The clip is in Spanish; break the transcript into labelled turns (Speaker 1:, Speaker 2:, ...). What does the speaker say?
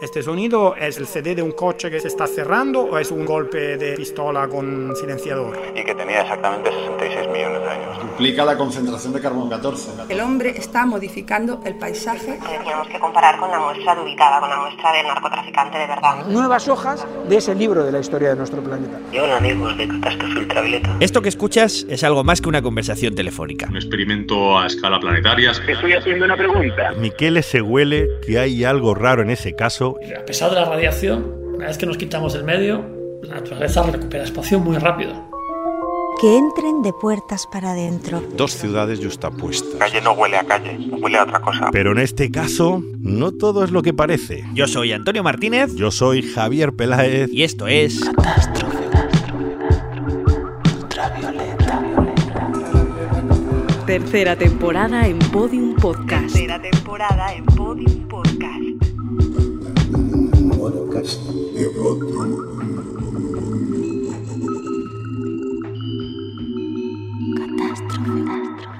Speaker 1: Este sonido es el CD de un coche que se está cerrando o es un golpe de pistola con silenciador.
Speaker 2: y que tenía exactamente 66 millones de años.
Speaker 3: Duplica la concentración de carbón 14.
Speaker 4: El hombre está modificando el paisaje.
Speaker 5: Tendríamos que comparar con la muestra de ubicada, con la muestra del narcotraficante de verdad.
Speaker 6: Nuevas hojas de ese libro de la historia de nuestro planeta.
Speaker 2: Hola amigos de Catástrofe Ultravioleta.
Speaker 7: Esto que escuchas es algo más que una conversación telefónica.
Speaker 8: Un experimento a escala planetaria.
Speaker 2: Estoy haciendo una pregunta.
Speaker 9: Miquele se huele que hay algo raro en ese caso.
Speaker 10: A pesar de la radiación, una vez que nos quitamos del medio, la naturaleza recupera espacio muy rápido.
Speaker 11: Que entren de puertas para adentro.
Speaker 9: Dos ciudades justapuestas.
Speaker 2: Calle no huele a calle, huele a otra cosa.
Speaker 9: Pero en este caso, no todo es lo que parece.
Speaker 7: Yo soy Antonio Martínez
Speaker 9: Yo soy Javier Peláez.
Speaker 7: y esto es...
Speaker 12: Tercera temporada en Podium Podcast.
Speaker 5: Tercera temporada en Podium Podcast.
Speaker 11: Catástrofe.